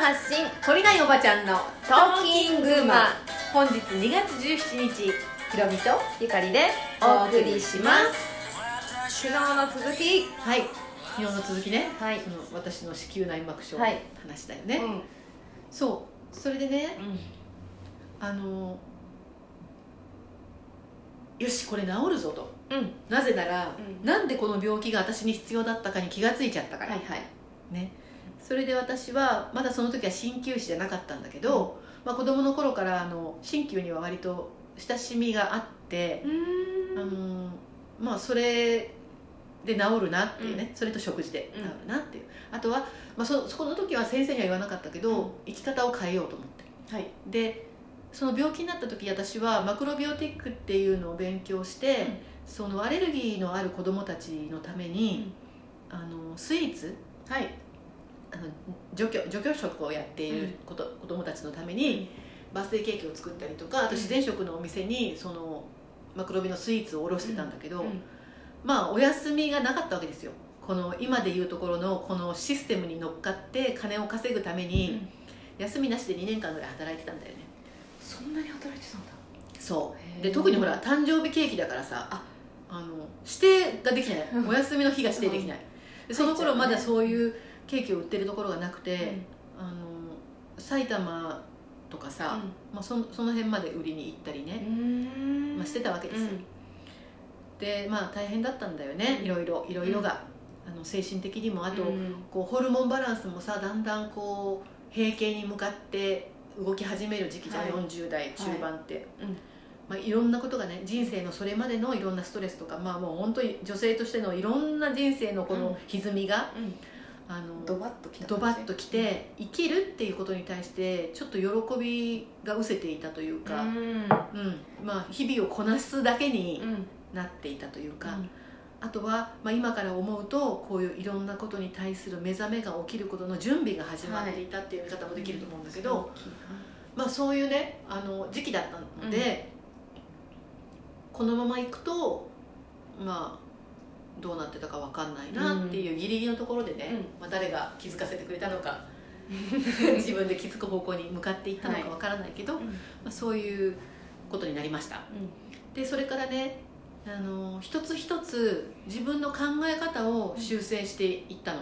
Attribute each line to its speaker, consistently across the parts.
Speaker 1: 発信懲りないおばちゃんのトーキングマ
Speaker 2: 本日2月17日
Speaker 1: ひろみと
Speaker 2: ゆかりで
Speaker 1: お送りします
Speaker 2: す昨日の続き
Speaker 1: はい昨日の続きね、
Speaker 2: はい
Speaker 1: その私の子宮内膜症の
Speaker 2: はい
Speaker 1: 話だよね、
Speaker 2: うん
Speaker 1: そうそれでねあのよしこれ治るぞと
Speaker 2: うん
Speaker 1: なぜなら、
Speaker 2: うん
Speaker 1: なんでこの病気が私に必要だったかに気がついちゃったから、
Speaker 2: はいはい
Speaker 1: ね、それで私はまだその時は鍼灸師じゃなかったんだけど、まあ、子供の頃からあの鍼灸には割と親しみがあって、あ
Speaker 2: う
Speaker 1: のまあ、それで治るなっていうね、それと食事で
Speaker 2: う
Speaker 1: 治
Speaker 2: ん
Speaker 1: るなっていう、あとは、まあ、そそこの時は先生には言わなかったけど、
Speaker 2: うん
Speaker 1: 生き方を変えようと思って
Speaker 2: はい
Speaker 1: でその病気になった時私はマクロビオティックっていうのを勉強して、
Speaker 2: うん
Speaker 1: そのアレルギーのある子供たちのために、あのスイーツ
Speaker 2: はい
Speaker 1: あの除去除去食をやっていること、子供たちのためにバースデーケーキを作ったりとか
Speaker 2: う
Speaker 1: 私
Speaker 2: ん
Speaker 1: 前職のお店にそのマクロビのスイーツを卸してたんだけど、
Speaker 2: うん
Speaker 1: まあお休みがなかったわけですよこの今でいうところのこのシステムに乗っかって金を稼ぐために休みなしで2年間ぐらい働いてたんだよね
Speaker 2: そんなに働いてたんだ
Speaker 1: そう
Speaker 2: へ
Speaker 1: で
Speaker 2: ー
Speaker 1: 特にほら誕生日ケーキだからさああの指定ができない
Speaker 2: うん
Speaker 1: お休みの日が指定できない、でその頃まだそういうケーキを売ってるところがなくて、
Speaker 2: うん
Speaker 1: あの埼玉とかさ、まあ、そのその辺まで売りに行ったりね、
Speaker 2: うん
Speaker 1: まあ、してたわけですよ、
Speaker 2: うん
Speaker 1: でまあ大変だったんだよね
Speaker 2: うん
Speaker 1: いろいろいろいろが、あの精神的にもあと、
Speaker 2: うん
Speaker 1: こうホルモンバランスもさだんだんこう閉経に向かって動き始める時期じゃん、
Speaker 2: はい
Speaker 1: 40代中盤って、い
Speaker 2: うん
Speaker 1: まあ、いろんなことがね人生のそれまでのいろんなストレスとかまあもう本当に女性としてのいろんな人生のこ
Speaker 2: うん
Speaker 1: の歪みが、
Speaker 2: う
Speaker 1: あ
Speaker 2: ん
Speaker 1: の
Speaker 2: ドバッときた
Speaker 1: ドバッときて生きるっていうことに対してちょっと喜びが失せていたという
Speaker 2: が
Speaker 1: か、うんまあ、日々をこなすだけになっていたというか、
Speaker 2: が
Speaker 1: あとは、まあ、今から思うとこういういろんなことに対する目覚めが起きることの準備が始まっていたっていう見方もできると思うんだけど、まあ、そういうねあの時期だったので、このままいくとまあどうなってたかわかんないなっていうギリギリのところでね、まあ、誰が気づかせてくれたの か自分で気づく方向に向かっていったのかわからないけど、まあ、そういうことになりました。でそれからねあの一つ一つ自分の考え方を修正していったの、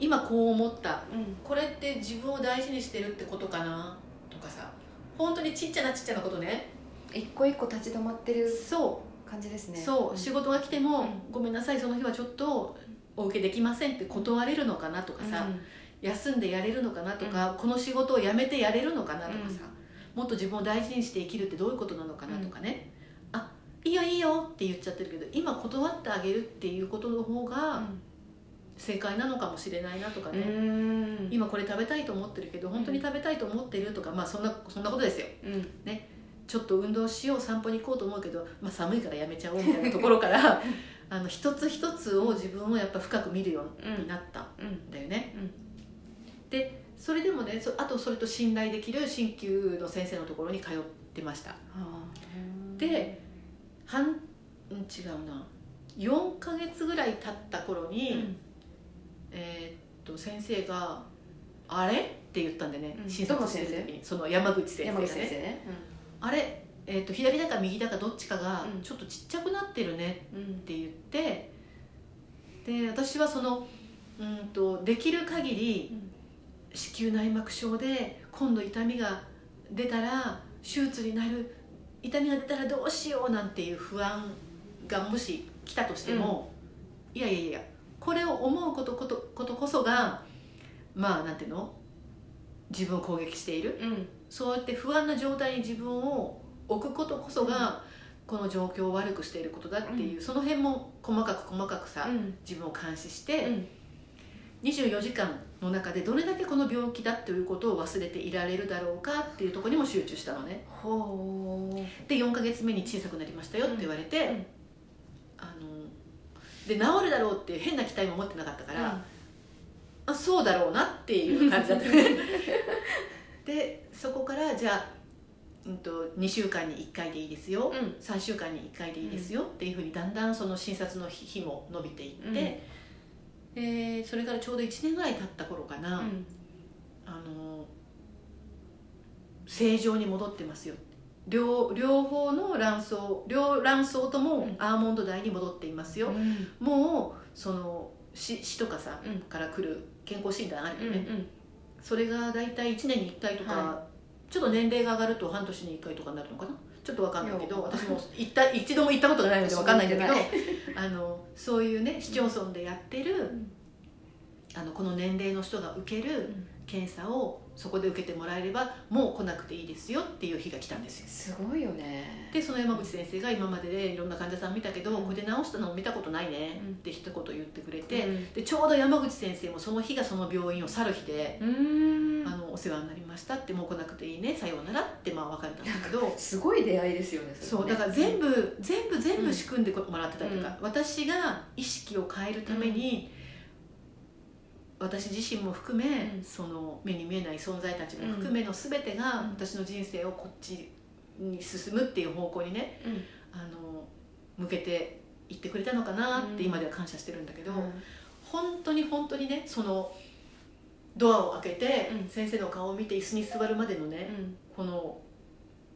Speaker 1: 今こう思ったこれって自分を大事にしてるってことかなとかさ本当にちっちゃなちっちゃなことね
Speaker 2: 一個一個立ち止まってる
Speaker 1: そ
Speaker 2: 感じです
Speaker 1: う、
Speaker 2: ね
Speaker 1: そう、仕事が来ても、
Speaker 2: うん
Speaker 1: ごめんなさいその日はちょっとお受けできませんって断れるのかなとかさ、休んでやれるのかなとか、この仕事を辞めてやれるのかなとかさ、もっと自分を大事にして生きるってどういうことなのかなとかね、あいいよいいよって言っちゃってるけど今断ってあげるっていうことの方が正解なのかもしれないなとかね、今これ食べたいと思ってるけど本当に食べたいと思ってるとか、まあそんなそんなことですよちょっと運動しよう散歩に行こうと思うけど、まあ、寒いからやめちゃおうみたいなところから あの一つ一つを自分をやっぱ深く見るようになったんだよね。でそれでもねそあとそれと信頼できる鍼灸の先生のところに通ってました。で半うん違うな4ヶ月ぐらい経った頃に、えーっと先生が「あれ?」って言ったんでね、
Speaker 2: うん
Speaker 1: 診察してる時にその山口先生が
Speaker 2: 山
Speaker 1: ね
Speaker 2: 口先生ね
Speaker 1: あれ、えーっと左だか右だかどっちかが
Speaker 2: うん
Speaker 1: ちょっとちっちゃくなってるねって言ってで私はそのうんとできる限り子宮内膜症で今度痛みが出たら手術になる痛みが出たらどうしようなんていう不安がもし来たとしても、いやいやいやこれを思うことことことこそがまあなんていうの自分を攻撃しているそうやって不安な状態に自分を置くことこそが、この状況を悪くしていることだっていう、その辺も細かく細かくさ、自分を監視して、24時間の中でどれだけこの病気だということを忘れていられるだろうかっていうところにも集中したのね
Speaker 2: ほ
Speaker 1: で4ヶ月目に小さくなりましたよって言われて、
Speaker 2: うんうん
Speaker 1: あので治るだろうっていう変な期待も持ってなかった
Speaker 2: う
Speaker 1: から、あそうだろうなっていう感じだったね でそこからじゃあ、うん、と2週間に1回でいいですよ、3週間に1回でいいですよっていうふうにだんだんその診察の日も伸びていって、
Speaker 2: うん
Speaker 1: でそれからちょうど1年ぐらい経った頃かな、
Speaker 2: うん
Speaker 1: あの正常に戻ってますよ両両方の卵巣両卵巣と
Speaker 2: う
Speaker 1: も
Speaker 2: ん
Speaker 1: アーモンド代に戻っていますよ、
Speaker 2: うん
Speaker 1: もうその死死とかさ、
Speaker 2: うん
Speaker 1: から来る健康診断ある
Speaker 2: うん
Speaker 1: よね、それが大体1年に1回とか、
Speaker 2: は
Speaker 1: ちょっと年齢が上がると半年に1回とかになるのかなちょっとわかんないけ
Speaker 2: い
Speaker 1: ど
Speaker 2: や
Speaker 1: 私も行った一度も行ったことがないのでわかんないんだけど
Speaker 2: 私も
Speaker 1: あのそういうね市町村でやってる、
Speaker 2: ん
Speaker 1: あのこの年齢の人が受ける
Speaker 2: うん
Speaker 1: 検査をそこで受けてもらえればもう来なくていいですよっていう日が来たんですよ
Speaker 2: すごいよね
Speaker 1: でその山口先生が今まででいろんな患者さん見たけど、
Speaker 2: うん
Speaker 1: これで治したの見たことないね
Speaker 2: うん
Speaker 1: って一言言ってくれて、
Speaker 2: で
Speaker 1: でちょうど山口先生もその日がその病院を去る日で、
Speaker 2: うん
Speaker 1: あのお世話になりましたってもう来なくていいねさようならってまあ別れたんだけど
Speaker 2: すごい出会いですよね
Speaker 1: そう
Speaker 2: れ
Speaker 1: だ
Speaker 2: ね
Speaker 1: から全部全部全部仕組んでこもらってたりとか、
Speaker 2: うん
Speaker 1: 私が意識を変えるために、私自身も含め、
Speaker 2: うん
Speaker 1: その目に見えない存在たちも含めの全てが、
Speaker 2: うん
Speaker 1: 私の人生をこっちに進むっていう方向にね
Speaker 2: うん
Speaker 1: あの向けていってくれたのかなって今では感謝してるんだけど、本当に本当にねそのドアを開けて、
Speaker 2: うん
Speaker 1: 先生の顔を見て椅子に座るまでの
Speaker 2: う
Speaker 1: ね、
Speaker 2: ん
Speaker 1: この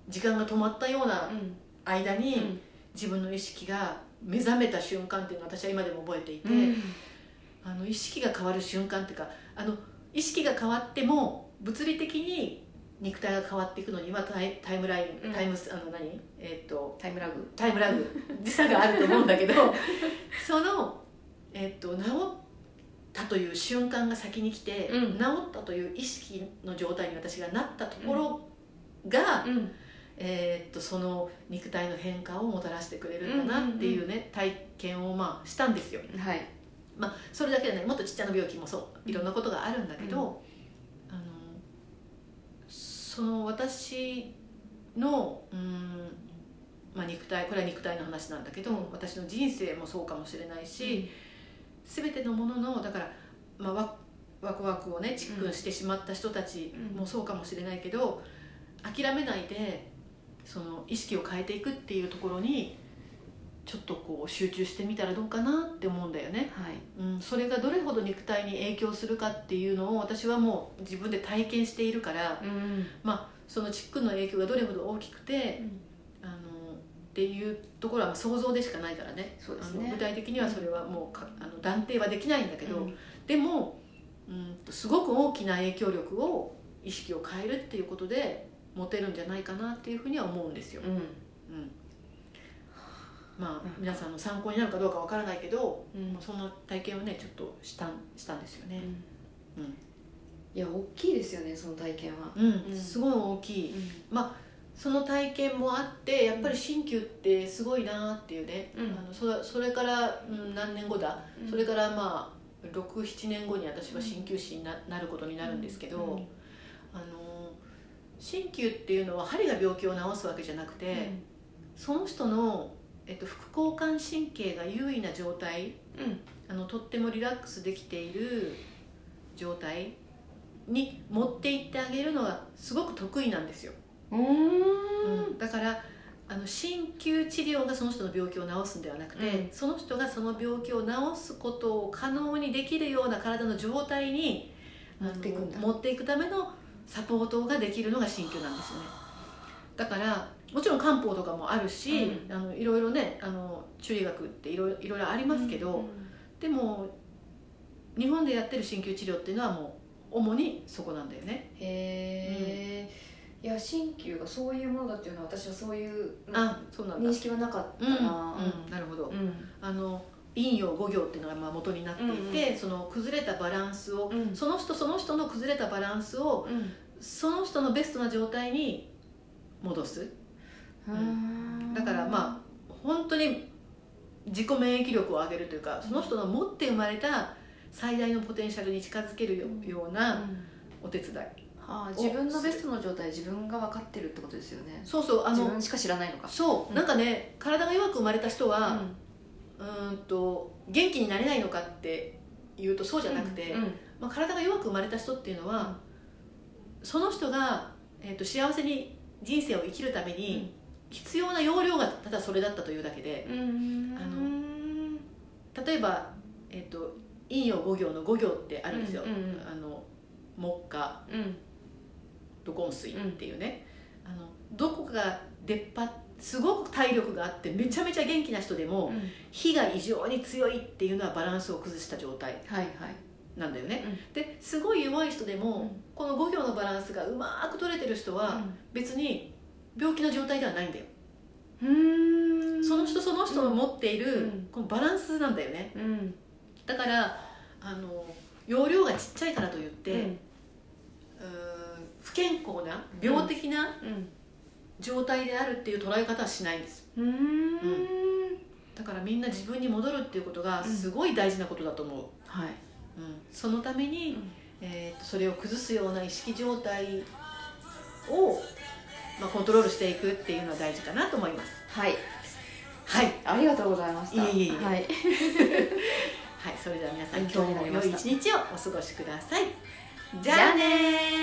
Speaker 1: 時間が止まったような
Speaker 2: うん
Speaker 1: 間に、
Speaker 2: うん
Speaker 1: 自分の意識が目覚めた瞬間っていうのを私は今でも覚えていて、
Speaker 2: うん
Speaker 1: あの意識が変わる瞬間っていうかあの意識が変わっても物理的に肉体が変わっていくのにはタイタイムライン、
Speaker 2: うん
Speaker 1: タイムスあの何えーっと
Speaker 2: タイムラグ
Speaker 1: タイムラグ 時差があると思うんだけ どその、えーっと治ったという瞬間が先に来て、
Speaker 2: うん
Speaker 1: 治ったという意識の状態に私がなったところが、
Speaker 2: うん
Speaker 1: えーっとその肉体の変化をもたらしてくれるんだなっていうね、体験をまあしたんですよ、
Speaker 2: はい
Speaker 1: まあ、それだけでねもっとちっちゃな病気もそういろんなことがあるんだけど、あのその私のうーん、まあ、肉体これは肉体の話なんだけど、
Speaker 2: うん
Speaker 1: 私の人生もそうかもしれないし、全てのもののだから、まあ、ワワクワクをねチックンしてしまった人たちもそうかもしれないけど、諦めないでその意識を変えていくっていうところにちょっとこう集中してみたらどうかなって思うんだよね、
Speaker 2: はい
Speaker 1: うん、それがどれほど肉体に影響するかっていうのを私はもう自分で体験しているから
Speaker 2: うん
Speaker 1: そのチックンの影響がどれほど大きくてあのっていうところはまあ想像でしかないからね
Speaker 2: そうです
Speaker 1: あの
Speaker 2: ね
Speaker 1: 具体的にはそれはもうかあの断定はできないんだけど、
Speaker 2: うん
Speaker 1: でもうんとすごく大きな影響力を意識を変えるっていうことで持てるんじゃないかなっていうふうには思うんですよ、うん、まあ皆さんの参考になるかどうかわからないけど、
Speaker 2: うん
Speaker 1: まあ、そんな体験をねちょっとしたんしたんですよね、うん
Speaker 2: いや大きいですよねその体験は
Speaker 1: うん
Speaker 2: うん
Speaker 1: すごい大きいその体験もあってやっぱり鍼灸ってすごいなっていうね、
Speaker 2: うん
Speaker 1: あのそれそれから、うん、何年後だ、それからまあ67年後に私は鍼灸師にななることになるんですけど、
Speaker 2: うん
Speaker 1: あの鍼灸っていうのは針が病気を治すわけじゃなくて、その人の、えっと、副交感神経が優位な状態
Speaker 2: うんうん
Speaker 1: あのとってもリラックスできている状態に持っていってあげるのがすごく得意なんですよ、
Speaker 2: うん
Speaker 1: だからあの鍼灸治療がその人の病気を治すんではなくて、
Speaker 2: うん
Speaker 1: その人がその病気を治すことを可能にできるような体の状態にあの
Speaker 2: 持っていくんだ
Speaker 1: 持っていくためのサポートができるのが鍼灸なんですよねだからもちろん漢方とかもあるし、
Speaker 2: う
Speaker 1: あのいろいろねあの中医学っていろいろいろいろありますけど、でも日本でやってる鍼灸治療っていうのはもう主にそこなんだよね
Speaker 2: へえ、いや鍼灸がそういうものだっていうのは私はそういう
Speaker 1: あそうなんだ
Speaker 2: 認識はなかった
Speaker 1: うん、
Speaker 2: な
Speaker 1: うん、なるほど、
Speaker 2: うん
Speaker 1: あの陰陽五行っていうのがまあ元になっていて、その崩れたバランスを
Speaker 2: うん
Speaker 1: その人その人の崩れたバランスをその人のベストな状態に戻す
Speaker 2: うん
Speaker 1: だからまあ本当に自己免疫力を上げるというかその人の持って生まれた最大のポテンシャルに近づけるよ
Speaker 2: うん
Speaker 1: よう
Speaker 2: あ
Speaker 1: なお手伝い
Speaker 2: あ自分のベストの状態自分が分かってるってことですよね
Speaker 1: そうそうあ
Speaker 2: 自
Speaker 1: の
Speaker 2: 分しか知らないのか
Speaker 1: そう、
Speaker 2: うん
Speaker 1: なんかね体が弱く生まれた人は
Speaker 2: うん
Speaker 1: うーんと元気になれないのかって言うとそうじゃなくて、
Speaker 2: うん
Speaker 1: まあ、体が弱く生まれた人っていうのは、その人が、えー、と幸せに人生を生きるために必要な要領がただそれだったというだけで
Speaker 2: うん
Speaker 1: あ例えば、えー、と陰陽五行の五行ってあるんですよ、
Speaker 2: うんうんうん
Speaker 1: あの木下
Speaker 2: うん
Speaker 1: 土根水っていうね、あのどこかが出っ張っすごく体力があってめちゃめちゃ元気な人でも、
Speaker 2: うん
Speaker 1: 火が異常に強いっていうのはバランスを崩した状態
Speaker 2: はいはい
Speaker 1: なんだよね、ですごい弱い人でも、
Speaker 2: うん
Speaker 1: この五行のバランスがうまく取れてる人は別に病気の状態ではないんだよ、
Speaker 2: うんうん
Speaker 1: その人その人の持っている、
Speaker 2: うん
Speaker 1: このバランスなんだよね
Speaker 2: うん
Speaker 1: だからあの容量がちっちゃいからといって、
Speaker 2: う
Speaker 1: うん不健康な病的な
Speaker 2: うん
Speaker 1: 状態であるっていう捉え方はしないんです
Speaker 2: うーん
Speaker 1: だからみんな自分に戻るっていうことがすごい大事なことだと思う、
Speaker 2: はい
Speaker 1: うん、そのために、
Speaker 2: うん
Speaker 1: えーとそれを崩すような意識状態を、まあ、コントロールしていくっていうのは大事かなと思います
Speaker 2: はい
Speaker 1: はい、
Speaker 2: ありがとうございました
Speaker 1: いえいえいえ
Speaker 2: はい
Speaker 1: はい、それでは皆さん今
Speaker 2: 勉強
Speaker 1: 日
Speaker 2: にな
Speaker 1: も良
Speaker 2: りまし
Speaker 1: い
Speaker 2: た
Speaker 1: 一日をお過ごしくださいじ
Speaker 2: じゃ
Speaker 1: ゃ
Speaker 2: あ
Speaker 1: あ
Speaker 2: ね
Speaker 1: ね
Speaker 2: ー